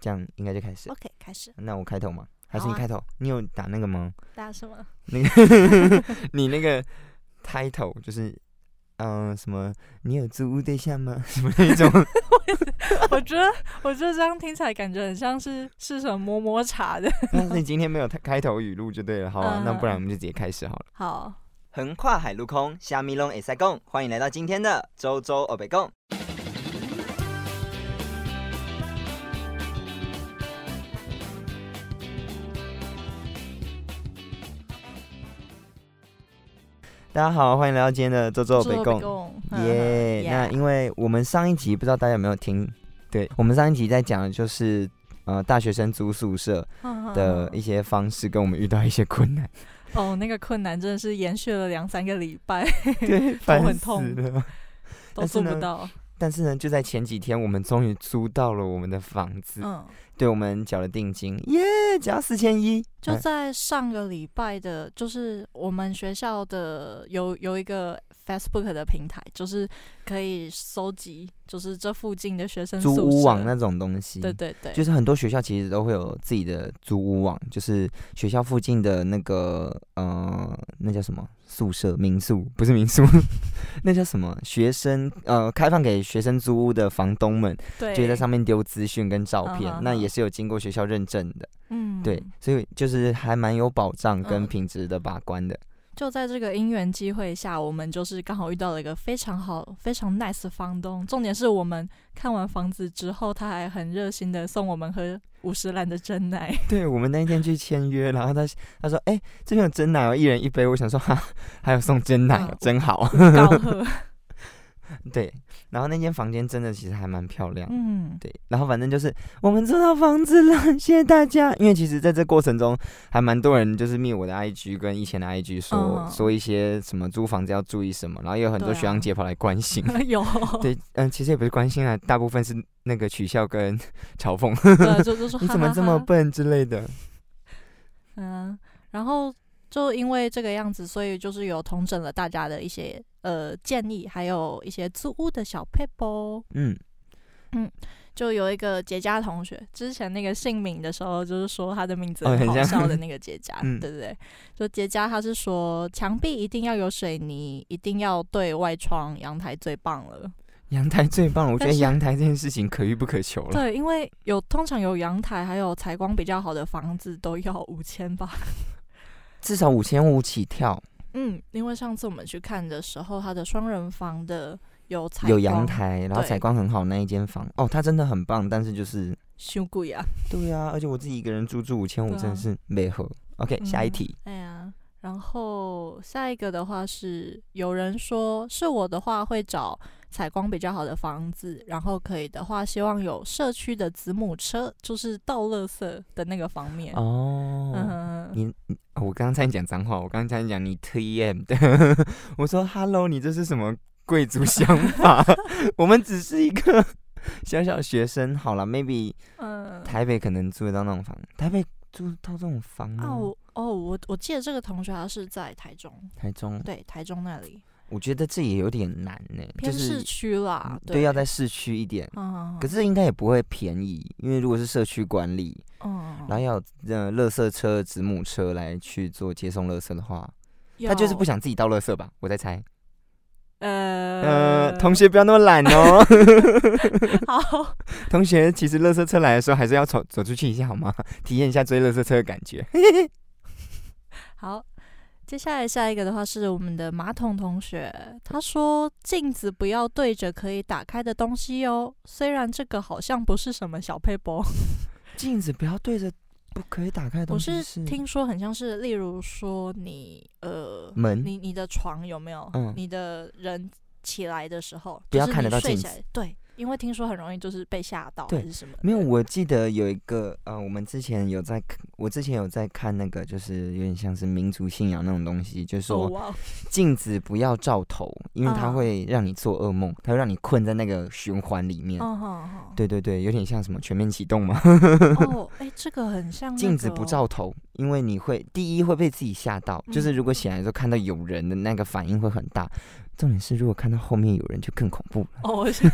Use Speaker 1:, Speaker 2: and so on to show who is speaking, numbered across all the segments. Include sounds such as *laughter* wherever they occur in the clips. Speaker 1: 这样应该就开始了。
Speaker 2: OK，开始
Speaker 1: 那我开头吗？还是
Speaker 2: 哦好
Speaker 1: 你
Speaker 2: 啊
Speaker 1: 开头？你有打那个吗？ *laughs*
Speaker 2: 打什么？
Speaker 1: 那个你那个 title 就是嗯、呃什么？你有租屋对象吗？ *laughs* 什么那
Speaker 2: *laughs*
Speaker 1: 种？
Speaker 2: *laughs* 我觉得，我觉得这样听起来感觉很像是是什么摸摸茶的。
Speaker 1: 但是今天没有开头语录就对了，好啊，那不然我们就直接开始好了。
Speaker 2: *laughs* 好，
Speaker 1: 横跨海陆空，虾米龙也塞贡，欢迎来到今天的周周欧北贡。大家好，欢迎来到今天的周周欧北贡。
Speaker 2: 贡
Speaker 1: 哦耶、那因为我们上一集不知道大家有没有听，对我们上一集在讲的就是呃大学生租宿舍
Speaker 2: 那
Speaker 1: 的一些方式，跟我们遇到一些困难，
Speaker 2: 哦，那个困难真的是延续了两三个礼
Speaker 1: *laughs*
Speaker 2: 拜，
Speaker 1: *laughs* 对，烦
Speaker 2: 很
Speaker 1: 死
Speaker 2: 痛
Speaker 1: 了。
Speaker 2: 都
Speaker 1: 但是
Speaker 2: 做不
Speaker 1: 呢
Speaker 2: 到。
Speaker 1: 但是呢，就在前几天，我们终于租到了我们的房子，
Speaker 2: 嗯，
Speaker 1: 对我们缴了定金，耶、只要四千一，
Speaker 2: *laughs* 就
Speaker 1: 哎
Speaker 2: 在上个礼拜的，就是我们学校的有有一个 Facebook 的平台，就是可以搜集，就是这附近的学生
Speaker 1: 哎租
Speaker 2: 宿
Speaker 1: 屋
Speaker 2: 舍
Speaker 1: 网那种东西，
Speaker 2: 对对对，
Speaker 1: 就是很多学校其实都会有自己的租屋网，就是学校附近的那个呃，那叫什么宿舍民宿，不是民宿， *laughs* 那叫什么学生呃，开放给学生租屋的房东们，
Speaker 2: 对，
Speaker 1: 就会在上面丢资讯跟照片，
Speaker 2: 嗯哼
Speaker 1: 那
Speaker 2: 哼
Speaker 1: 也是有经过学校认证的，
Speaker 2: 嗯，
Speaker 1: 对，所以就是还蛮有保障跟
Speaker 2: 嗯
Speaker 1: 品质的把关的。
Speaker 2: 就在这个因缘机会下，我们就是刚好遇到了一个非常好、非常 nice 的房东。重点是我们看完房子之后，他还很热心的送我们喝五十兰的
Speaker 1: *laughs*
Speaker 2: 真奶。
Speaker 1: 对我们那一天去签约，然后他他说，哎、这边有真奶哦，一人一杯，我想说哈，还有送真奶哦，
Speaker 2: 嗯
Speaker 1: 真好。 *laughs*
Speaker 2: 高喝，
Speaker 1: 对，然后那间房间真的其实还蛮漂亮的。
Speaker 2: 嗯，
Speaker 1: 对，然后反正就是我们租到房子了，谢谢大家。因为其实在这过程中，还蛮多人就是密我的 IG 跟以前的 IG 说、
Speaker 2: 嗯
Speaker 1: 说一些什么租房子要注意什么，然后也有很多
Speaker 2: 对啊
Speaker 1: 学长姐跑来关
Speaker 2: *laughs*
Speaker 1: 心。
Speaker 2: 有，
Speaker 1: *laughs* 对，嗯，其实也不是关心啊，大部分是那个取笑跟 *laughs* 嘲
Speaker 2: *laughs*
Speaker 1: 讽，
Speaker 2: 对，就就说
Speaker 1: 你怎么这么
Speaker 2: 哈哈哈
Speaker 1: 笨之类的。
Speaker 2: 嗯，然后就因为这个样子，所以就是有统整了大家的一些呃建议，还有一些租屋的小 paper。
Speaker 1: 嗯，
Speaker 2: 就有一个结痂同学，之前那个姓名的时候，就是说他的名字
Speaker 1: 哦很
Speaker 2: 很好
Speaker 1: 像
Speaker 2: 笑的那个结痂，
Speaker 1: *laughs* 嗯
Speaker 2: 对不对？就结痂，他是说墙壁一定要有水泥，一定要对外窗，阳台最棒了。
Speaker 1: 阳台最棒了，我觉
Speaker 2: 但
Speaker 1: 得
Speaker 2: 是
Speaker 1: 阳台这件事情可遇不可求了。
Speaker 2: 对，因为有通常有阳台，还有采光比较好的房子都要五千
Speaker 1: *laughs*
Speaker 2: 吧。
Speaker 1: 至少五千五起跳，
Speaker 2: 嗯，因为上次我们去看的时候，他的双人房的有采
Speaker 1: 有阳
Speaker 2: 光，
Speaker 1: 台，然后
Speaker 2: 对
Speaker 1: 采光很好那一间房，哦，它真的很棒，但是就是
Speaker 2: 修贵啊。
Speaker 1: 对啊，而且我自己一个人住住五千五
Speaker 2: 对啊
Speaker 1: 真的是没合。OK，、下一
Speaker 2: 嗯
Speaker 1: 题，
Speaker 2: 哎呀，然后下一个的话是，有人说是我的话会找采光比较好的房子，然后可以的话希望有社区的子母车，就是倒垃圾的那个方面。
Speaker 1: 哦。
Speaker 2: 嗯哼
Speaker 1: 你哦我刚刚差点讲脏话，我刚刚差点讲你 TM 的， *laughs* 我说 Hello，你这是什么贵族想法？ *laughs* 我们只是一个小小学生，好了，maybe
Speaker 2: 嗯，
Speaker 1: 台北可能租得到那种房，台北租得到这种房吗？
Speaker 2: 啊，我哦，我我记得这个同学他是在台中，
Speaker 1: 台中，
Speaker 2: 对，台中那里
Speaker 1: 我觉得这也有点难呢、就
Speaker 2: 偏市
Speaker 1: 是
Speaker 2: 区啦
Speaker 1: 嗯，
Speaker 2: 对，
Speaker 1: 要在市区一点，
Speaker 2: 嗯，
Speaker 1: 可是应该也不会便宜，因为如果是社区管理，
Speaker 2: 嗯，
Speaker 1: 然后要有呃，垃圾车、子母车来去做接送垃圾的话，他就是不
Speaker 2: 要
Speaker 1: 想自己倒垃圾吧？我在猜。
Speaker 2: 呃
Speaker 1: 呃，同学不要那么懒哦，
Speaker 2: *laughs* 好，
Speaker 1: 同学，其实垃圾车来的时候还是要走走出去一下好吗？ *laughs* 体验一下追垃圾车的感
Speaker 2: *laughs*
Speaker 1: 觉。
Speaker 2: 好，接下来下一个的话是我们的马桶同学，他说镜子不要对着可以打开的东西哦。虽然这个好像不是什么小配博，
Speaker 1: 镜子不要对着不可以打开的
Speaker 2: 我
Speaker 1: 东西。
Speaker 2: 是听说很像是，例如说你呃，
Speaker 1: 门，
Speaker 2: 你你的床有没有？
Speaker 1: 嗯
Speaker 2: 你的人起来的时候，
Speaker 1: 不要
Speaker 2: 就是
Speaker 1: 看得
Speaker 2: 你
Speaker 1: 到
Speaker 2: 睡
Speaker 1: 镜
Speaker 2: 起来，对，因为听说很容易就是被吓到
Speaker 1: 对
Speaker 2: 还是什么的。哦
Speaker 1: 没有。我记得有一个呃，我们之前有在，看，我之前有在看那个，就是有点像是民族信仰那种东西，就是
Speaker 2: 哦
Speaker 1: 说 *laughs*
Speaker 2: 哇哦，
Speaker 1: 镜子不要照头，因为它
Speaker 2: 嗯
Speaker 1: 会让你做噩梦，它会让你困在那个循环里面。
Speaker 2: 嗯哼哼
Speaker 1: 对对对，有点像什么全面启动嘛。
Speaker 2: 哦，哎，这个很像那
Speaker 1: 镜子
Speaker 2: 个
Speaker 1: 不
Speaker 2: 哦
Speaker 1: 照头，因
Speaker 2: 嗯
Speaker 1: 为你会第一会被自己吓到，就是如果醒来之后看到有人的那个反应会很大。重点是，如果看到后面有人，就更恐怖了。 *laughs*
Speaker 2: 哦，我想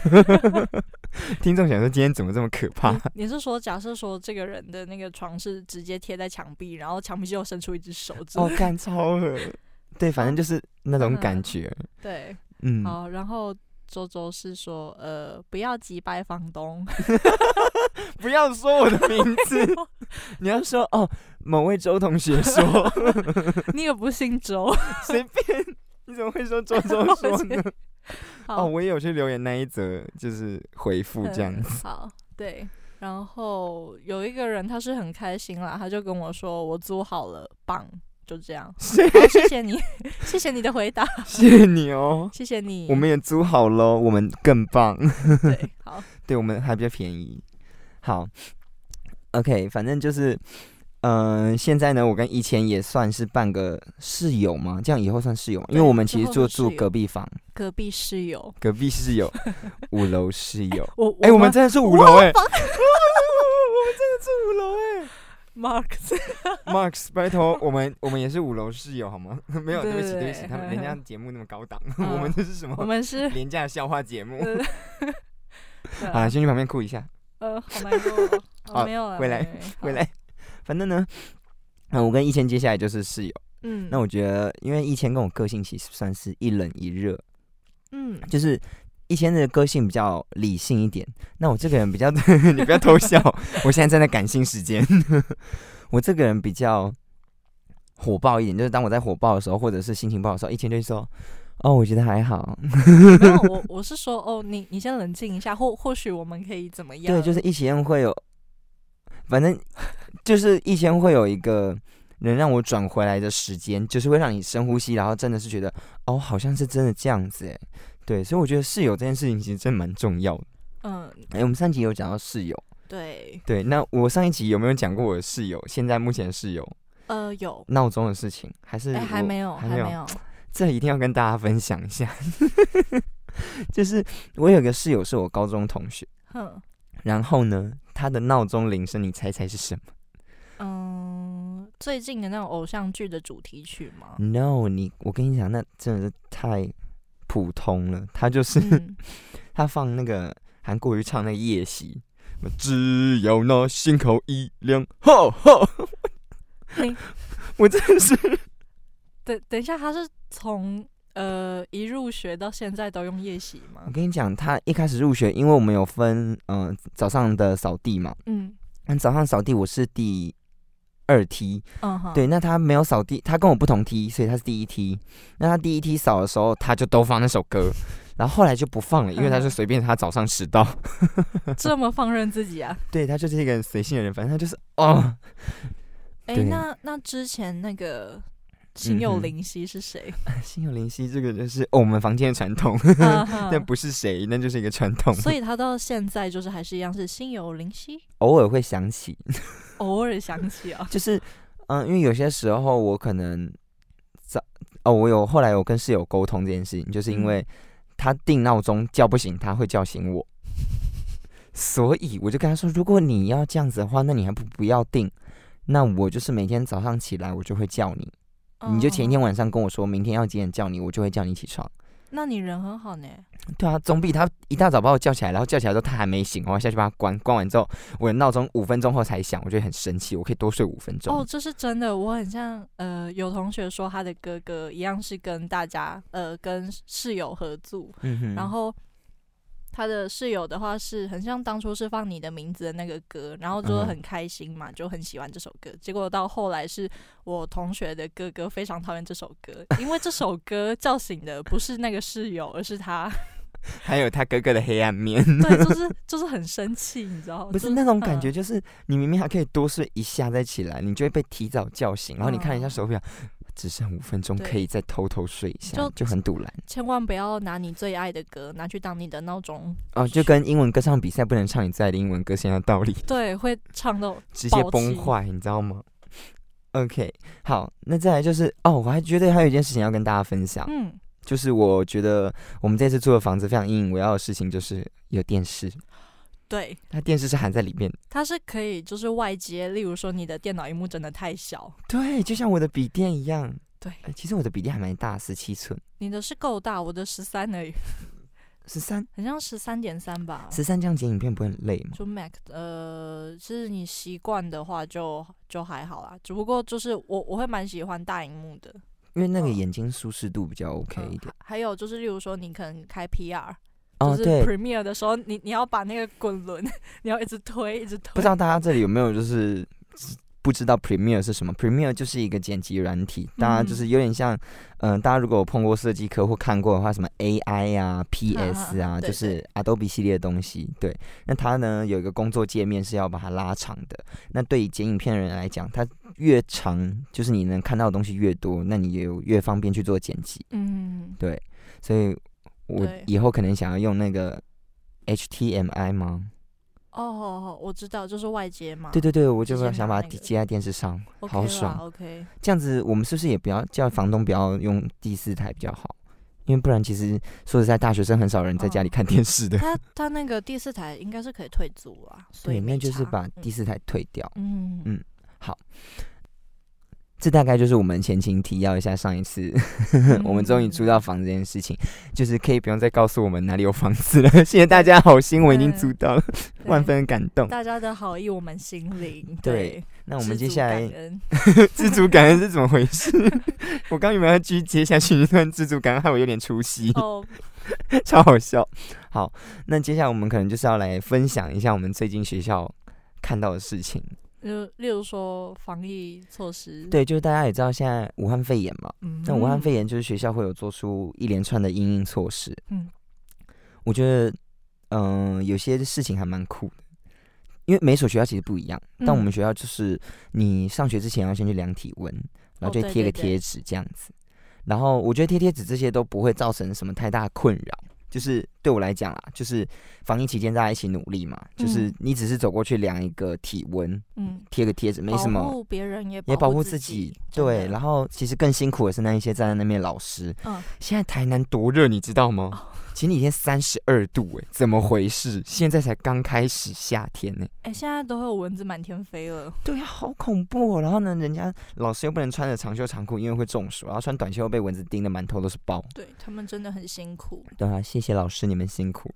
Speaker 1: 听众想说，今天怎么这么可怕？
Speaker 2: 你是说，假设说这个人的那个床是直接贴在墙壁，然后墙壁就伸出一只手之类
Speaker 1: 哦，干超恶。 *laughs* 对，反正就是那
Speaker 2: 嗯
Speaker 1: 种感觉。
Speaker 2: 对，
Speaker 1: 嗯，
Speaker 2: 好，然后周周是说，呃，不要击败房东， *laughs*
Speaker 1: 不要说我的名字，你要说哦，某位周同学
Speaker 2: *laughs*
Speaker 1: 说，
Speaker 2: 你也不姓周，
Speaker 1: 随便。你怎么会说周周说呢？哦，
Speaker 2: *laughs* 好，
Speaker 1: 我也有去留言那一则，就是回复这样
Speaker 2: 嗯
Speaker 1: 子。
Speaker 2: 好，对。然后有一个人他是很开心啦，他就跟我说我租好了，棒，就这样。
Speaker 1: 谢
Speaker 2: 好谢谢你， *laughs* 谢谢你的回答，
Speaker 1: 谢你哦，
Speaker 2: 谢谢你。
Speaker 1: *laughs* 我们也租好喽，我们更棒。 *laughs*
Speaker 2: 对，好，
Speaker 1: 对我们还比较便宜。好，OK，反正就是，嗯、现在呢，我跟以前也算是半个室友嘛，这样以后算室友嘛，因为
Speaker 2: 对
Speaker 1: 我们
Speaker 2: 之
Speaker 1: 其实
Speaker 2: 后
Speaker 1: 就
Speaker 2: 算室
Speaker 1: 住
Speaker 2: 友
Speaker 1: 隔壁房，
Speaker 2: 隔壁室友，
Speaker 1: 隔壁室
Speaker 2: *laughs*
Speaker 1: 友，五楼室友。
Speaker 2: 我
Speaker 1: 哎、我们真的是五楼哎、我们真的是五楼哎、 *laughs*
Speaker 2: Mark *laughs*
Speaker 1: Max，拜托，我们我们也是五楼室友好吗？ *laughs* 没有，对不起，对不起，
Speaker 2: 对
Speaker 1: 他们人家节目那么高档，我 *laughs*
Speaker 2: 嗯
Speaker 1: 们这是什
Speaker 2: 我
Speaker 1: 么
Speaker 2: 们是
Speaker 1: 廉价笑话节 *laughs* 目？
Speaker 2: 呃对
Speaker 1: 啊，
Speaker 2: 啊，
Speaker 1: 先去旁边哭一下，
Speaker 2: 呃，好难过哦，
Speaker 1: *laughs* 好
Speaker 2: 哦没有了，
Speaker 1: 回来
Speaker 2: 没有，
Speaker 1: 回
Speaker 2: 好，
Speaker 1: 来。 *laughs* 反正呢，那我跟一千接下来就是室友。
Speaker 2: 嗯，
Speaker 1: 那我觉得，因为一千跟我个性其实算是一冷一热， *laughs*
Speaker 2: 嗯，
Speaker 1: 就是一千的个性比较理性一点，那我这个人比较， *laughs* 你不要偷笑，我现在正在感性时间， *laughs* 我这个人比较火爆一点，就是当我在火爆的时候，或者是心情不好的时候，一千就会说。哦，我觉得还好，
Speaker 2: 没有，我我是说，哦，你你先冷静一下，或或许我们可以怎么样？
Speaker 1: 对，就是一千会有，反正就是一千会有一个能让我转回来的时间，就是会让你深呼吸，然后真的是觉得哦，好像是真的这样子哎，对，所以我觉得室友这件事情其实真的蛮重要的。
Speaker 2: 嗯，
Speaker 1: 哎，我们上集有讲到室友，
Speaker 2: 对，
Speaker 1: 对，那我上一集有没有讲过我的室友？现在目前的室友
Speaker 2: 呃，有，
Speaker 1: 闹钟的事情，还是
Speaker 2: 哎，还
Speaker 1: 我
Speaker 2: 没有，
Speaker 1: 还
Speaker 2: 没
Speaker 1: 没有，
Speaker 2: 有，
Speaker 1: 这一定要跟大家分享一下。 *laughs* 就是我有个室友是我高中同学，
Speaker 2: 哼，
Speaker 1: 然后呢，他的闹钟铃声，你猜猜是什么
Speaker 2: 嗯，最近的那种偶像剧的主题曲吗？
Speaker 1: ？No，你我跟你讲，那真的是太普通了。他就是、
Speaker 2: 嗯，
Speaker 1: 他放那个韩国瑜唱那个夜袭，什么只有那心口一亮，吼吼
Speaker 2: 你。
Speaker 1: 我真的是
Speaker 2: 等等一下，他是从呃一入学到现在都用夜袭吗
Speaker 1: 我？跟你讲，他一开始入学，因为我们有分，嗯、早上的扫地嘛，
Speaker 2: 嗯
Speaker 1: 那早上扫地我是第二梯，
Speaker 2: 嗯哼，
Speaker 1: 对，那他没有扫地，他跟我不同梯，所以他是第一梯。那他第一梯扫的时候，他就都放那首歌，然后后来就不放了，因为他就
Speaker 2: 嗯
Speaker 1: 随便他早上迟到，
Speaker 2: 这么放任自己啊？
Speaker 1: *laughs* 对他就是一个很随性的人，反正他就是哦， *laughs*
Speaker 2: 哎、
Speaker 1: 对
Speaker 2: 那那之前那个心
Speaker 1: 嗯
Speaker 2: 有
Speaker 1: 哼
Speaker 2: 灵犀
Speaker 1: *laughs*
Speaker 2: 是谁？
Speaker 1: 心有灵犀这个就是、哦、我们房间的传统，*laughs*
Speaker 2: 啊
Speaker 1: 那
Speaker 2: 哈
Speaker 1: 不是谁，那就是一个传统，
Speaker 2: 所以他到现在就是还是一样是心有灵犀，
Speaker 1: *laughs* 偶尔会想起，
Speaker 2: 偶尔想起啊。
Speaker 1: 就是，嗯，因为有些时候我可能早哦，我有后来有跟室友沟通这件事情，就是因
Speaker 2: 嗯
Speaker 1: 为他定闹钟叫不醒，他会叫醒我，所以我就跟他说，如果你要这样子的话，那你还不不要定，那我就是每天早上起来我就会叫你，你就前一天
Speaker 2: 嗯，
Speaker 1: 晚上跟我说明天要几点叫你，我就会叫你起床。
Speaker 2: 那你人很好呢。
Speaker 1: 对啊，总比他一大早把我叫起来，然后叫起来之后他还没醒，我要下去把他关，关完之后我的闹钟五分钟后才响，我就会很生气，我可以多睡五分钟。
Speaker 2: 哦，这是真的。我很像呃，有同学说他的哥哥一样是跟大家呃跟室友合租，
Speaker 1: 嗯哼
Speaker 2: 然后他的室友的话是很像当初是放你的名字的那个歌，然后就
Speaker 1: 嗯
Speaker 2: 很开心嘛，就很喜欢这首歌。结果到后来是我同学的哥哥非常讨厌这首
Speaker 1: *laughs*
Speaker 2: 歌，因为这首歌叫醒的不是那个室友，而
Speaker 1: *laughs*
Speaker 2: 是他。
Speaker 1: 还有他哥哥的黑暗面，
Speaker 2: 对，就是就是很生气，你知道？
Speaker 1: *laughs* 不
Speaker 2: 就是
Speaker 1: 那种
Speaker 2: 嗯
Speaker 1: 感觉，就是你明明还可以多睡一下再起来，你就会被提早叫醒，然后你看一下
Speaker 2: 嗯
Speaker 1: 手表，只剩五分钟，
Speaker 2: 对
Speaker 1: 可以再偷偷睡一下
Speaker 2: 就，
Speaker 1: 就很堵然
Speaker 2: 千万不要拿你最爱的歌拿去当你的闹钟，
Speaker 1: 哦，就跟英文歌唱比赛不能唱你最爱的英文歌是一样的道
Speaker 2: *laughs*
Speaker 1: 理，
Speaker 2: 对，会唱
Speaker 1: *laughs*
Speaker 2: 到
Speaker 1: 直接
Speaker 2: 暴
Speaker 1: 崩
Speaker 2: 气
Speaker 1: 坏，你知道吗？OK，好，那再来就是哦，我还觉得还有一件事情要跟大家分享，
Speaker 2: 嗯。
Speaker 1: 就是我觉得我们这次住的房子非常引以为傲的事情就是有电视，
Speaker 2: 对，
Speaker 1: 它电视是含在里面的，
Speaker 2: 它是可以就是外接，例如说你的电脑荧幕真的太小，
Speaker 1: 对，就像我的笔电一样，
Speaker 2: 对，
Speaker 1: 哎其实我的比例还蛮大，十七寸，
Speaker 2: 你的是够大，我的十三而已，
Speaker 1: 十三，
Speaker 2: 很像十三点三吧。
Speaker 1: 十三这样剪影片不会很累吗？
Speaker 2: 就 Mac，呃，是你习惯的话就就还好啦。只不过就是我我会蛮喜欢大荧幕的。
Speaker 1: 因为那个
Speaker 2: 嗯
Speaker 1: 眼睛舒适度比较 OK
Speaker 2: 嗯
Speaker 1: 一点。
Speaker 2: 还还有就是，例如说你可能开 PR，、
Speaker 1: 哦，
Speaker 2: 就是
Speaker 1: 对，
Speaker 2: Premiere 的时候，你你要把那个滚轮， *laughs* 你要一直推，一直推。
Speaker 1: 不知道大家这里有没有就是不知道 Premiere 是什么？Premiere 就是一个剪辑软体，大家就是有点像，嗯、大家如果有碰过设计课或看过的话，什么 AI 啊、PS 啊，
Speaker 2: 嗯对
Speaker 1: 就是 Adobe 系列的东西。对，那它呢有一个工作界面是要把它拉长的。那对于剪影片的人来讲，它越长，就是你能看到的东西越多，那你也有越方便去做剪辑。
Speaker 2: 嗯，
Speaker 1: 对，所以我
Speaker 2: 对
Speaker 1: 以后可能想要用那个 HDMI 吗？
Speaker 2: 哦哦，我知道，就是外接嘛。
Speaker 1: 对对对，我就
Speaker 2: 啊直接
Speaker 1: 是想
Speaker 2: 拿
Speaker 1: 把
Speaker 2: 那
Speaker 1: 它
Speaker 2: 个
Speaker 1: 接在电视上，
Speaker 2: o k
Speaker 1: 好爽。
Speaker 2: OK，哦
Speaker 1: 这样子我们是不是也不要叫房东不要用第四台比较好？因为不然其实说实在，大学生很少人在家里
Speaker 2: 哦
Speaker 1: 看电视的。
Speaker 2: 他他那个第四台应该是可以退租
Speaker 1: *laughs*
Speaker 2: 啊，所以
Speaker 1: 对，那
Speaker 2: 没
Speaker 1: 就是
Speaker 2: 差
Speaker 1: 把第四台退掉。 *laughs*
Speaker 2: 嗯
Speaker 1: 嗯这大概就是我们前情提要一下上一次
Speaker 2: 嗯
Speaker 1: 我们终于租到房这件事情，就是可以不用再告诉我们哪里有房子了。 *laughs* 谢谢大家好心，我已经
Speaker 2: 对
Speaker 1: 租到了，
Speaker 2: 对
Speaker 1: 万分感动。
Speaker 2: 大家的好意，我们心领。
Speaker 1: 对那我们
Speaker 2: 知
Speaker 1: 接
Speaker 2: 足
Speaker 1: 下
Speaker 2: 感
Speaker 1: 来
Speaker 2: 恩
Speaker 1: 知足感恩是怎么回
Speaker 2: *laughs*
Speaker 1: 事？我刚原本要继续接下去一段知足感恩，害我有点出戏，
Speaker 2: 哦，
Speaker 1: 超好笑。好，那接下来我们可能就是要来分享一下我们最近学校看到的事情。
Speaker 2: 嗯就例如说防疫措施，，
Speaker 1: 对，就是大家也知道现在武汉肺炎嘛，
Speaker 2: 嗯，
Speaker 1: 那武汉肺炎就是学校会有做出一连串的应应措施。
Speaker 2: 嗯，
Speaker 1: 我觉得，嗯、有些事情还蛮酷的，因为每所学校其实不一样，
Speaker 2: 嗯
Speaker 1: 但我们学校就是你上学之前要先去量体温，然后就
Speaker 2: 哦对
Speaker 1: 贴个
Speaker 2: 对对
Speaker 1: 贴纸这样子。然后我觉得贴贴纸这些都不会造成什么太大的困扰，就是对我来讲啦，就是防疫期间大家一起努力嘛，就是
Speaker 2: 嗯
Speaker 1: 你只是走过去量一个体温，
Speaker 2: 嗯，
Speaker 1: 贴个贴纸，没
Speaker 2: 保
Speaker 1: 什么。
Speaker 2: 护别人也
Speaker 1: 也保护自
Speaker 2: 自
Speaker 1: 己，
Speaker 2: 真
Speaker 1: 对。
Speaker 2: 的
Speaker 1: 然后其实更辛苦的是那一些站在那边的老师。
Speaker 2: 嗯
Speaker 1: 现在台南多热，你知道吗？
Speaker 2: 哦
Speaker 1: 前几天三十二度、哎，怎么回事？现在才刚开始夏天欸呢、
Speaker 2: 哎、现在都会有蚊子满天飞了。
Speaker 1: 对呀、好恐怖哦。然后呢，人家老师又不能穿着长袖长裤，因为会中暑，然后穿短袖又被蚊子叮的满头都是包。
Speaker 2: 对他们真的很辛苦，
Speaker 1: 对啊，谢谢老师，你们辛苦。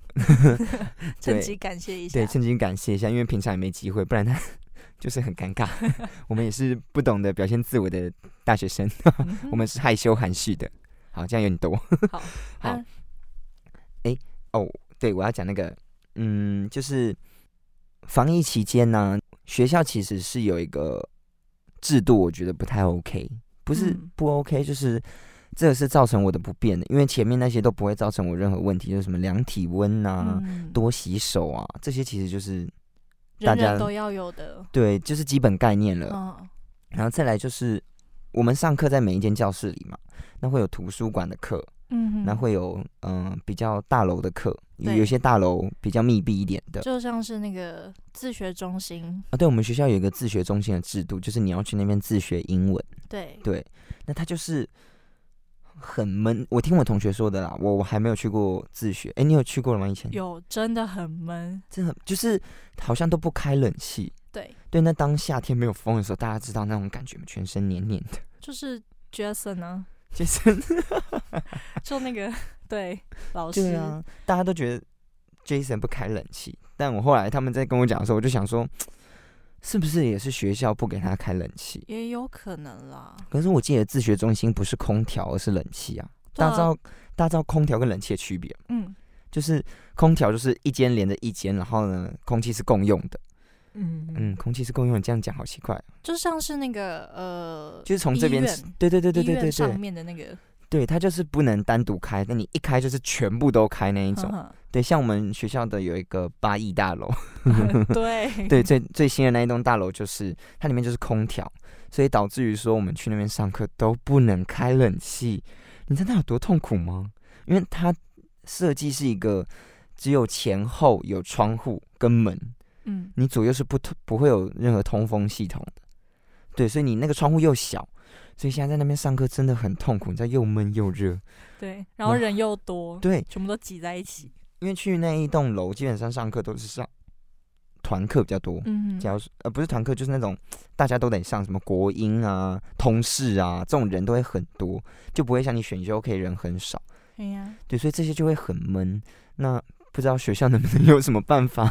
Speaker 2: 趁
Speaker 1: 对
Speaker 2: 机感谢一下。
Speaker 1: 对，趁机感谢一下，因为平常也没机会，不然他 *laughs* 就是很尴尬。我们也是不懂得表现自我的大学生，
Speaker 2: 嗯哼
Speaker 1: 我们是害羞含蓄的。好，这样有点多。
Speaker 2: 好，
Speaker 1: *laughs* 好
Speaker 2: 啊
Speaker 1: 对，我要讲那个，嗯，就是防疫期间呢，学校其实是有一个制度，我觉得不太 OK，不是
Speaker 2: 嗯
Speaker 1: 不 OK，、就是这个是造成我的不便的，因为前面那些都不会造成我任何问题，就是什么量体温呐、
Speaker 2: 嗯
Speaker 1: 多洗手啊，这些其实就是大
Speaker 2: 人
Speaker 1: 家
Speaker 2: 人都要有的。
Speaker 1: 对，就是基本概念了。
Speaker 2: 嗯
Speaker 1: 然后再来就是我们上课在每一间教室里嘛，那会有图书馆的课，
Speaker 2: 嗯哼，
Speaker 1: 那会有嗯、比较大楼的课，有
Speaker 2: 对
Speaker 1: 有些大楼比较密闭一点的。
Speaker 2: 就像是那个自学中心，
Speaker 1: 啊，对，我们学校有一个自学中心的制度，就是你要去那边自学英文。
Speaker 2: 对，
Speaker 1: 对，那它就是很闷。我听我同学说的啦，我我还没有去过自学。哎，你有去过了吗？以前
Speaker 2: 有真的很闷。
Speaker 1: 真的就是好像都不开冷气。
Speaker 2: 对，
Speaker 1: 对，那当夏天没有风的时候，大家知道那种感觉吗，全身黏黏的。 *laughs*
Speaker 2: 就是 Jason 呢、
Speaker 1: 其实
Speaker 2: 就那个 *laughs* 对老师，
Speaker 1: 对啊，大家都觉得 Jason 不开冷气，但我后来他们在跟我讲的时候，我就想说，是不是也是学校不给他开冷气？
Speaker 2: 也有可能啦。
Speaker 1: 可是我记得自学中心不是空调，而是冷气啊。
Speaker 2: 对
Speaker 1: 大
Speaker 2: 啊
Speaker 1: 家知道大家知道空调跟冷气的区别吗，
Speaker 2: 嗯
Speaker 1: 就是空调就是一间连着一间，然后呢，空气是共用的。
Speaker 2: 嗯
Speaker 1: 嗯，空气是共用的，这样讲好奇怪哦，
Speaker 2: 就像是那个呃，
Speaker 1: 就是从这边
Speaker 2: 医院，
Speaker 1: 对对对对对
Speaker 2: 医
Speaker 1: 对
Speaker 2: 院上
Speaker 1: 对，
Speaker 2: 面的那个
Speaker 1: 对它就是不能单独开，那你一开就是全部都开那一种。
Speaker 2: 呵
Speaker 1: 对，像我们学校的有一个八亿大楼，
Speaker 2: 呵 *laughs* 对
Speaker 1: 对，最最新的那一栋大楼就是它里面就是空调，所以导致于说我们去那边上课都不能开冷气，你知道那有多痛苦吗？因为它设计是一个只有前后有窗户跟门，
Speaker 2: 嗯
Speaker 1: 你左右是不通不会有任何通风系统的，对，所以你那个窗户又小，所以现在在那边上课真的很痛苦，你知道又闷又热，
Speaker 2: 对，然后
Speaker 1: 哇
Speaker 2: 人又多，
Speaker 1: 对，
Speaker 2: 全部都挤在一起。
Speaker 1: 因为去那一栋楼基本上上课都是上团课比较多。
Speaker 2: 嗯
Speaker 1: 假如说呃不是团课，就是那种大家都得上什么国英啊、通识啊，这种人都会很多，就不会像你选修可以人很少。*laughs*
Speaker 2: 哎呀，
Speaker 1: 对，所以这些就会很闷。那不知道学校能不能有什么办法？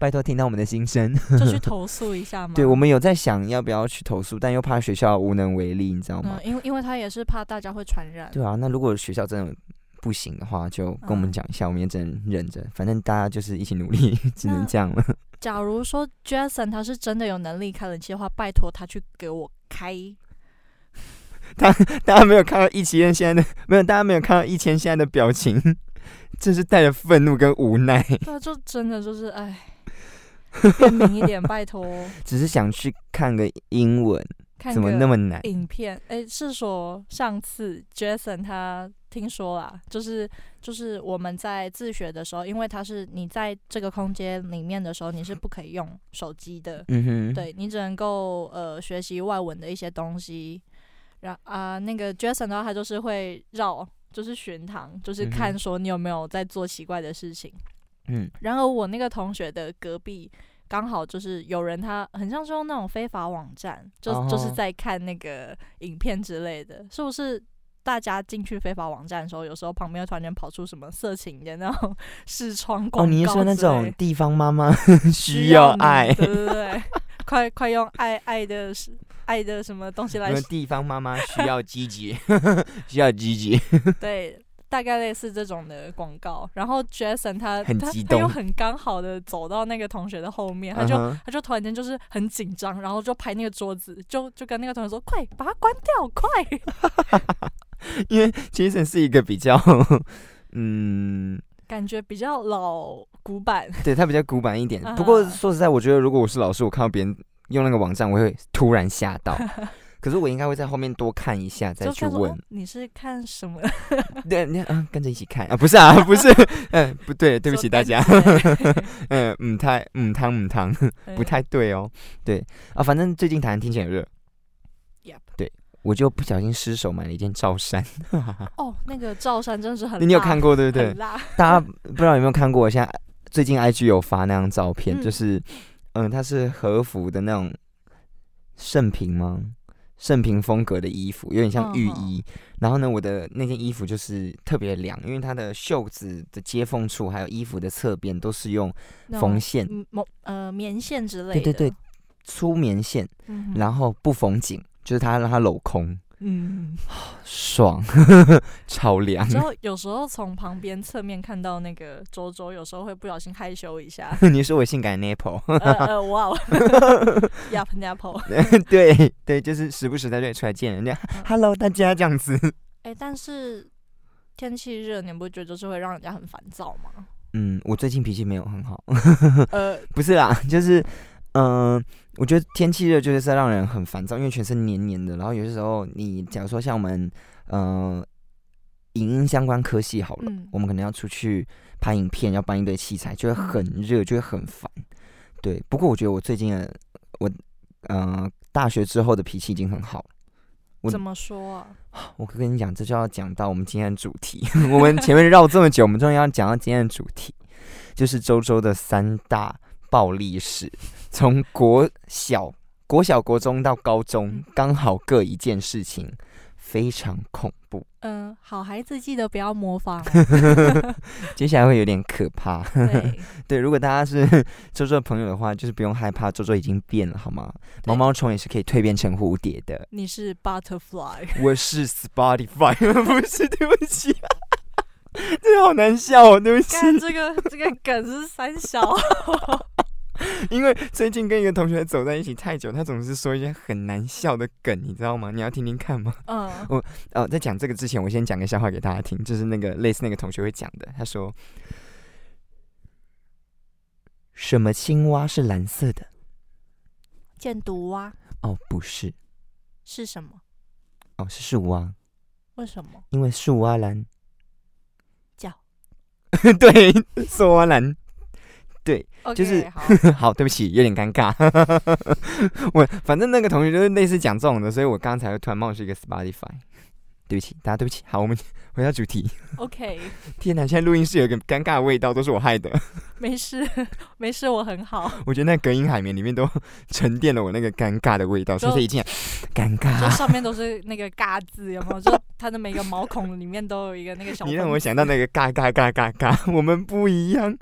Speaker 1: 拜托听到我们的心声。
Speaker 2: 就去投诉一下嘛。
Speaker 1: *laughs*
Speaker 2: 嗯
Speaker 1: 对我们有在想要不要去投诉，但又怕学校无能为力，你知道吗？
Speaker 2: 嗯，因为因为他也是怕大家会传染。
Speaker 1: 对啊，那如果学校真的不行的话，就跟我们
Speaker 2: 嗯
Speaker 1: 讲一下，我们也只能忍着。反正大家就是一起努力， *laughs* 只能
Speaker 2: 那
Speaker 1: 这样了。
Speaker 2: 假如说 Jason 他是真的有能力开冷气的话，拜托他去给我
Speaker 1: *laughs*
Speaker 2: 开。
Speaker 1: 大家没有看到易奇燕现在的没有，大家没有看到易千现在的表情， *laughs* 这是带着愤怒跟无奈，
Speaker 2: 对啊，就真的就是
Speaker 1: *laughs*
Speaker 2: 哎，变明一点，拜托。
Speaker 1: 只是想去看个英文，
Speaker 2: 看
Speaker 1: 怎么
Speaker 2: 个
Speaker 1: 那么难？
Speaker 2: 影片，哎、是说上次 Jason 他听说啦，就是就是我们在自学的时候，因为他是你在这个空间里面的时候，你是不可以用手机的，
Speaker 1: 嗯哼，，
Speaker 2: 对你只能够呃学习外文的一些东西。然啊、那个 Jason 的话，他就是会绕，就是巡堂，就是
Speaker 1: 嗯哼
Speaker 2: 看说你有没有在做奇怪的事情。
Speaker 1: 嗯，
Speaker 2: 然而我那个同学的隔壁刚好就是有人，他很像是用那种非法网站，就、
Speaker 1: 哦
Speaker 2: 就是在看那个影片之类的，是不是？大家进去非法网站的时候，有时候旁边会突然间跑出什么色情的那种 *laughs* 视窗广
Speaker 1: 哦，
Speaker 2: 告
Speaker 1: 你是说那种地方妈妈需要
Speaker 2: 你
Speaker 1: 爱？
Speaker 2: 对对对， *laughs* 快快用爱爱的是爱的什么东西来
Speaker 1: 你们地方妈妈需要积极， *laughs* 需要积极，
Speaker 2: 对，大概类似这种的广告。然后 Jason 他
Speaker 1: 很
Speaker 2: 他
Speaker 1: 激
Speaker 2: 他又
Speaker 1: 动
Speaker 2: 很刚好的走到那个同学的后面，他就、
Speaker 1: 嗯哼
Speaker 2: 他就突然间就是很紧张，然后就拍那个桌子，就就跟那个同学说：“快把它关掉，快 *laughs*
Speaker 1: 因为 Jason 是一个比较，嗯，！”
Speaker 2: 感觉比较老古板，
Speaker 1: 对他比较古板一点。不过
Speaker 2: 啊
Speaker 1: 说实在，我觉得如果我是老师，我看到别人用那个网站，我会突然吓
Speaker 2: *laughs*
Speaker 1: 到。可是我应该会在后面多看一下，再
Speaker 2: 就
Speaker 1: 去
Speaker 2: 看说、
Speaker 1: 问
Speaker 2: 哦、。你是看什么？
Speaker 1: 对，你嗯，跟着一起看啊，不是啊，
Speaker 2: *laughs*
Speaker 1: 不是，嗯，不对，对不起大家， *laughs* 嗯，嗯，太，嗯，汤，嗯，汤， *laughs* 不
Speaker 2: 不。
Speaker 1: 太对哦。对啊，反正最近台湾天气很热，
Speaker 2: 呃 Yep
Speaker 1: 我就不小心失手买了一件罩衫，
Speaker 2: 哦，那个罩衫真是很辣，
Speaker 1: 你有看过对不对
Speaker 2: 很？辣， *laughs*
Speaker 1: 大家不知道有没有看过？现在最近 IG 有发那张照片，
Speaker 2: 嗯
Speaker 1: 就是嗯，它是和服的那种盛平吗？盛平风格的衣服，有点像浴
Speaker 2: 嗯嗯
Speaker 1: 衣。然后呢，我的那件衣服就是特别凉，因为它的袖子的接缝处还有衣服的侧边都是用
Speaker 2: 那种
Speaker 1: 缝线，
Speaker 2: 嗯某呃棉线之类
Speaker 1: 对
Speaker 2: 的，
Speaker 1: 对对，粗棉线，
Speaker 2: 嗯哼，
Speaker 1: 然后不缝紧，就是它让它镂空， *laughs*
Speaker 2: 嗯，
Speaker 1: 爽， *laughs* 超凉。
Speaker 2: 之后有时候从旁边侧面看到那个周周，有时候会不小心害羞一
Speaker 1: *laughs*
Speaker 2: 下，
Speaker 1: *laughs* 你说我性感 nipple， *laughs*
Speaker 2: 呃呃，哇哦 *laughs* ，yap apple，
Speaker 1: 对 *laughs* 对，就是时不时在这里出来见人家，Hello *laughs* 大家这样子。
Speaker 2: 哎，但是天气热，你不觉得就是会让人家很烦躁吗？
Speaker 1: 嗯，我最近脾气没有很好， *laughs*
Speaker 2: 呃，
Speaker 1: 不是啦，就是嗯、呃我觉得天气热就是在让人很烦躁，因为全身黏黏的。然后有些时候，你假如说像我们呃影音相关科系好了，
Speaker 2: 嗯
Speaker 1: 我们可能要出去拍影片，要搬一堆器材，就会很热，就会很烦。对，不过我觉得我最近的我呃大学之后的脾气已经很好了。我
Speaker 2: 怎么说啊？
Speaker 1: 我跟你讲，这就要讲到我们今天的主题。 *laughs* 我们前面绕这么久，我们终于要讲到今天的主题，就是周周的三大暴力史，从国小、国小、国中到高中
Speaker 2: 嗯，
Speaker 1: 刚好各一件事情，非常恐怖。 *laughs*
Speaker 2: 嗯、好孩子记得不要模仿哦。
Speaker 1: 接下来会有点可怕。
Speaker 2: 对，
Speaker 1: 对，如果大家是周周的朋友的话，就是不用害怕，周周已经变了，好吗？毛毛虫也是可以蜕变成蝴蝶的。
Speaker 2: 你是 butterfly，
Speaker 1: *laughs* 我是 Spotify，不 *laughs* 是，对不起。 *laughs* 这好难笑哦，对不起。
Speaker 2: 看这个这个梗是三
Speaker 1: *laughs*
Speaker 2: 小，
Speaker 1: 因为最近跟一个同学走在一起太久，他总是说一些很难笑的梗，你知道吗？你要听听看吗？
Speaker 2: 嗯，
Speaker 1: 哦，在讲这个之前，我先讲个笑话给大家听，就是那个类似那个同学会讲的。他说：“什么青蛙是蓝色的？
Speaker 2: 箭毒蛙
Speaker 1: 哦，不是，
Speaker 2: 啊是什么？
Speaker 1: 哦是树蛙，
Speaker 2: 为什么？
Speaker 1: 因为树蛙蓝。
Speaker 2: 叫
Speaker 1: *laughs* 对，树蛙蓝。
Speaker 2: o k
Speaker 1: 就是 *laughs*
Speaker 2: 好，
Speaker 1: 好，对不起，有点尴尬。 *laughs* 我反正那个同学就是类似讲这种的，所以我刚才突然冒出一个 Spotify。对不起，大家对不起。好，我们 *laughs* 回到主题。
Speaker 2: OK，
Speaker 1: 天哪，现在录音室有一个尴尬的味道，都是我害的。 *laughs*
Speaker 2: 没事没事，我很好。
Speaker 1: 我觉得那隔音海绵里面都 *laughs* 沉淀了我那个尴尬的味道，
Speaker 2: 就
Speaker 1: 所以一进来，尴
Speaker 2: 就
Speaker 1: 尬。
Speaker 2: 上面都是那个嘎字，有没有？就它的每个毛孔里面都有一个那个小。
Speaker 1: 你让我想到那个嘎嘎嘎嘎嘎，我们不一样。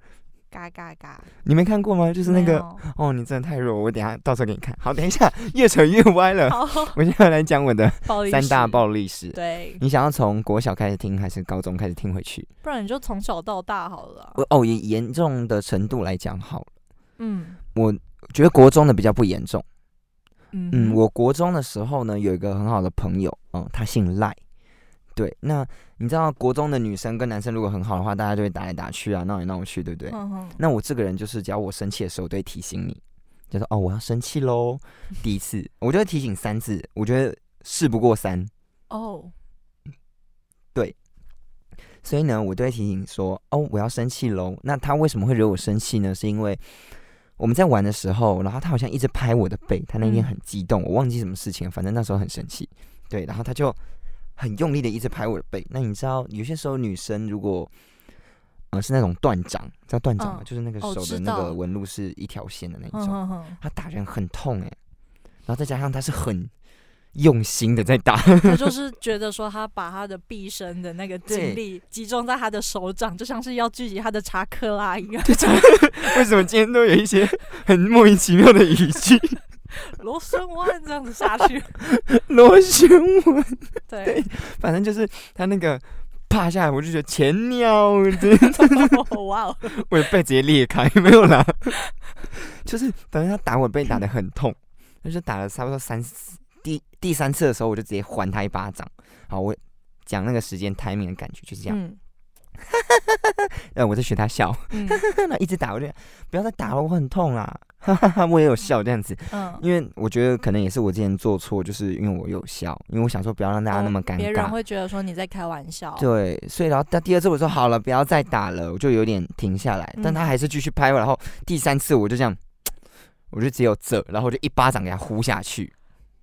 Speaker 2: 嘎嘎嘎，
Speaker 1: 你没看过吗？就是那
Speaker 2: 没
Speaker 1: 个
Speaker 2: 有
Speaker 1: 哦，你真的太弱，我等一下到时候给你看。好，等一下越扯越歪 *laughs* 了。
Speaker 2: 好
Speaker 1: 我现在来讲我的
Speaker 2: 暴力
Speaker 1: 三大
Speaker 2: 史
Speaker 1: 暴力史。
Speaker 2: 对，
Speaker 1: 你想要从国小开始听，还是高中开始听回去？
Speaker 2: 不然你就从小到大好了啊。
Speaker 1: 我哦，以严重的程度来讲，好了，
Speaker 2: 嗯
Speaker 1: 我觉得国中的比较不严重。
Speaker 2: 嗯
Speaker 1: 嗯，
Speaker 2: 嗯，
Speaker 1: 我国中的时候呢，有一个很好的朋友，嗯，他姓赖。对，那你知道国中的女生跟男生如果很好的话，大家就会打来打去啊，闹来闹去，对不对？
Speaker 2: 嗯哼
Speaker 1: 那我这个人就是，只要我生气的时候，都会提醒你，就说哦，我要生气喽。第一次，我就会提醒三次，我觉得事不过三，
Speaker 2: 哦，
Speaker 1: 所以呢，我都会提醒说，哦，我要生气喽。那他为什么会惹我生气呢？是因为我们在玩的时候，然后他好像一直拍我的背，他那天
Speaker 2: 嗯
Speaker 1: 很激动，我忘记什么事情，反正那时候很生气。对，然后他就很用力的一直拍我的背。那你知道，有些时候女生如果呃是那种断掌，知道断掌吗？
Speaker 2: 嗯
Speaker 1: 就是那个
Speaker 2: 哦
Speaker 1: 手
Speaker 2: 知
Speaker 1: 的那
Speaker 2: 道
Speaker 1: 个纹路是一条线的那一
Speaker 2: 嗯
Speaker 1: 种，
Speaker 2: 哼哼，
Speaker 1: 他打人很痛哎、然后再加上他是很用心的在打， *laughs*
Speaker 2: *laughs* 他就是觉得说他把他的毕生的那个
Speaker 1: 对
Speaker 2: 精力集中在他的手掌，就像是要聚集他的查克拉一样。
Speaker 1: 为什么今天都有一些很莫名其妙的语句？
Speaker 2: 螺旋丸这样子下 *laughs* 去，
Speaker 1: 螺旋丸，
Speaker 2: 对，
Speaker 1: *laughs* 反正就是他那个趴下来，我就觉得前鸟，
Speaker 2: *laughs* 哇哦，
Speaker 1: 我的背直接裂开，没有啦， *laughs* 就是反正他打我背打得很痛，就是打了差不多三四第第三次的时候，我就直接还他一巴掌。好，我讲那个时间 timing 的感觉就是这样，
Speaker 2: 嗯
Speaker 1: 呃，我在学他笑， *laughs*
Speaker 2: 嗯
Speaker 1: 那一直打我就不要再打了，我很痛啦， *laughs* 哈哈哈，我也有笑这样子，
Speaker 2: 嗯，
Speaker 1: 因为我觉得可能也是我之前做错，就是因为我有笑，因为我想说不要让大家那么尴尬，
Speaker 2: 哦别人会觉得说你在开玩笑。
Speaker 1: 对，所以然后到第二次我说好了，不要再打了，我就有点停下来，但他
Speaker 2: 嗯
Speaker 1: 还是继续拍我。然后第三次我就这样，我就只有这，然后我就一巴掌给他呼下去。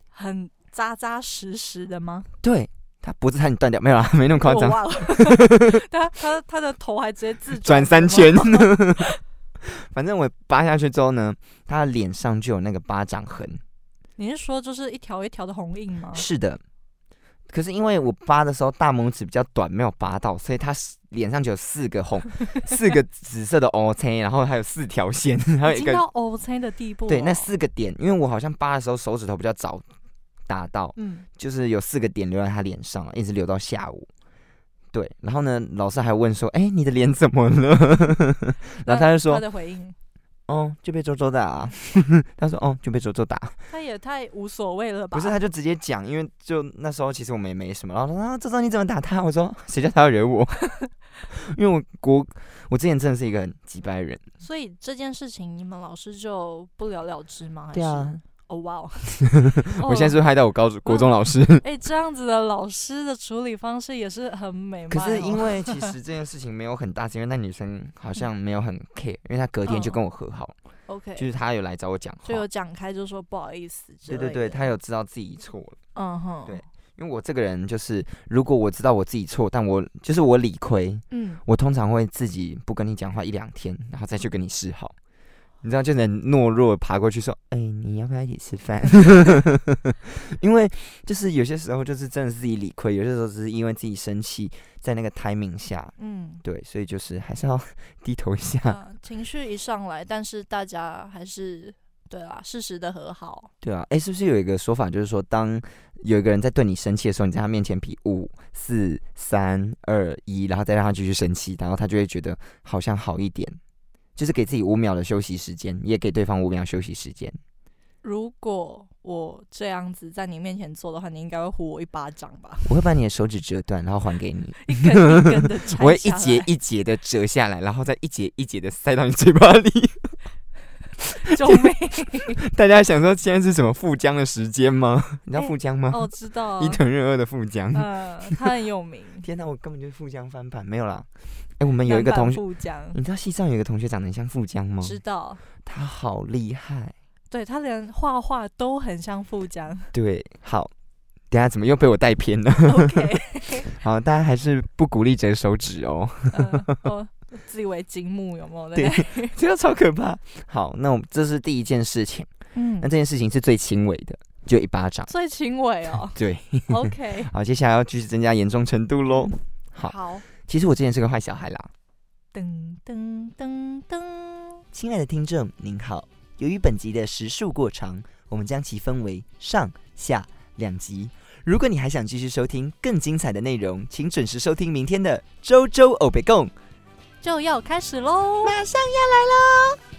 Speaker 2: 很扎扎实实的吗？
Speaker 1: 对他脖子差点断掉，没有啦， *laughs* 没那么夸
Speaker 2: 我
Speaker 1: 张，
Speaker 2: 忘了， *laughs* 他他他的头还直接自
Speaker 1: 转
Speaker 2: 什
Speaker 1: 三
Speaker 2: 么
Speaker 1: 圈。 *laughs* 反正我扒下去之后呢，他的脸上就有那个巴掌痕。
Speaker 2: 你是说就是一条一条的红印吗？
Speaker 1: 是的，可是因为我扒的时候大拇指比较短，没有扒到，所以他是脸上就有四个
Speaker 2: *laughs*
Speaker 1: 红，四个紫色的 O K，然后还有四条线，还有一
Speaker 2: 已经
Speaker 1: 个
Speaker 2: 到 O C 的地步了。
Speaker 1: 对，那四个点，因为我好像扒的时候手指头比较早打到，
Speaker 2: 嗯
Speaker 1: 就是有四个点留在他脸上，一直留到下午。对，然后呢，老师还问说：“哎、你的脸怎么了？” *laughs* 然后他就
Speaker 2: 他
Speaker 1: 说
Speaker 2: 的回应，：“
Speaker 1: 哦，就被周周打、
Speaker 2: *laughs*
Speaker 1: 啊。”他说：“哦，就被周周打。
Speaker 2: 他也太无所谓了”吧？
Speaker 1: 不是，他就直接讲，因为就那时候其实我们也没什么。然后他说：“啊，周周你怎么打他？”我说：“谁叫他要惹我？” *laughs* 因为我国我之前真的是一个很急掰的人。
Speaker 2: 所以这件事情你们老师就不了了之吗？还
Speaker 1: 对
Speaker 2: 是，
Speaker 1: 啊，
Speaker 2: 哦哇哦，
Speaker 1: *laughs* 我现在是不是害到我高中国中老师。
Speaker 2: 哎、这样子的老师的处理方式也是很美哦
Speaker 1: 可是因
Speaker 2: 为 *laughs*
Speaker 1: 为其实这件事情没有很大，是因为那女生好像没有
Speaker 2: 嗯
Speaker 1: 很 care，因为她隔天就跟我和好，
Speaker 2: OK
Speaker 1: 就是她有来找我讲话
Speaker 2: 嗯就，有讲开，就说不好意思之
Speaker 1: 对
Speaker 2: 类
Speaker 1: 对对，
Speaker 2: 的。
Speaker 1: 她有知道自己错了。
Speaker 2: 嗯哼，
Speaker 1: 对因为我这个人就是，如果我知道我自己错，但我就是我理亏，
Speaker 2: 嗯，
Speaker 1: 我通常会自己不跟你讲话一两天，然后再去跟你示好。你知道，就能懦弱地爬过去说：“哎、你要不要一起吃饭？” *laughs* 因为就是有些时候就是真的是自己理亏，有些时候只是因为自己生气，在那个 timing 下， *laughs*
Speaker 2: 嗯。
Speaker 1: 对，所以就是还是要 *laughs* 低头一下。
Speaker 2: 啊，情绪一上来，但是大家还是对啊，适时的和好。
Speaker 1: 对啊，哎，是不是有一个说法，就是说，当有一个人在对你生气的时候，你在他面前比五、四、三、二、一，然后再让他继续生气，然后他就会觉得好像好一点，就是给自己五秒的休息时间，也给对方五秒休息时间。
Speaker 2: 如果我这样子在你面前做的话，你应该会呼我一巴掌吧？ *laughs*
Speaker 1: 我会把你的手指折断，然后还给你，
Speaker 2: 一
Speaker 1: *laughs*
Speaker 2: 根一根的拆
Speaker 1: 我会一
Speaker 2: 下
Speaker 1: 节
Speaker 2: 来
Speaker 1: 一节的折下来，然后再一节一节的塞到你嘴巴里。 *laughs*
Speaker 2: 救命！
Speaker 1: 大家想说现在是什么富江的时间吗？你知道富江吗？
Speaker 2: 哦，知道、啊
Speaker 1: 伊，藤润二的富江。
Speaker 2: 嗯，他很有名。
Speaker 1: 天哪，我根本就是富江翻版，没有啦。哎、我们 *laughs* 有
Speaker 2: 杨
Speaker 1: 一个
Speaker 2: 板
Speaker 1: 同学，嗯
Speaker 2: 富江，
Speaker 1: 你知道西藏有一个同学长得很像富江吗？
Speaker 2: 知道，
Speaker 1: 他好厉害。 *laughs*
Speaker 2: 对他连画画都很像富江。
Speaker 1: 对，好，等一下怎么又被我带偏了？ *laughs*
Speaker 2: OK，
Speaker 1: 好，大家还是不鼓励折手指哦， *laughs*
Speaker 2: 呃我自以为金木有没有？对不对，
Speaker 1: 这个超可怕。好，那我们这是第一件事情，
Speaker 2: 嗯
Speaker 1: 那，这件事情是最轻微的，就一巴掌。
Speaker 2: 最轻微哦
Speaker 1: *laughs* 对，
Speaker 2: ，OK，
Speaker 1: 好，接下来要继续增加严重程度喽。 *laughs* 好
Speaker 2: 好，
Speaker 1: 其实我之前是个坏小孩啦，
Speaker 2: 噔噔噔噔，
Speaker 1: 亲爱的听众，您好。由于本集的时数过长，我们将其分为上下两集。如果你还想继续收听更精彩的内容，请准时收听明天的周周欧北共，
Speaker 2: 就要开始喽。
Speaker 1: 马上要来喽！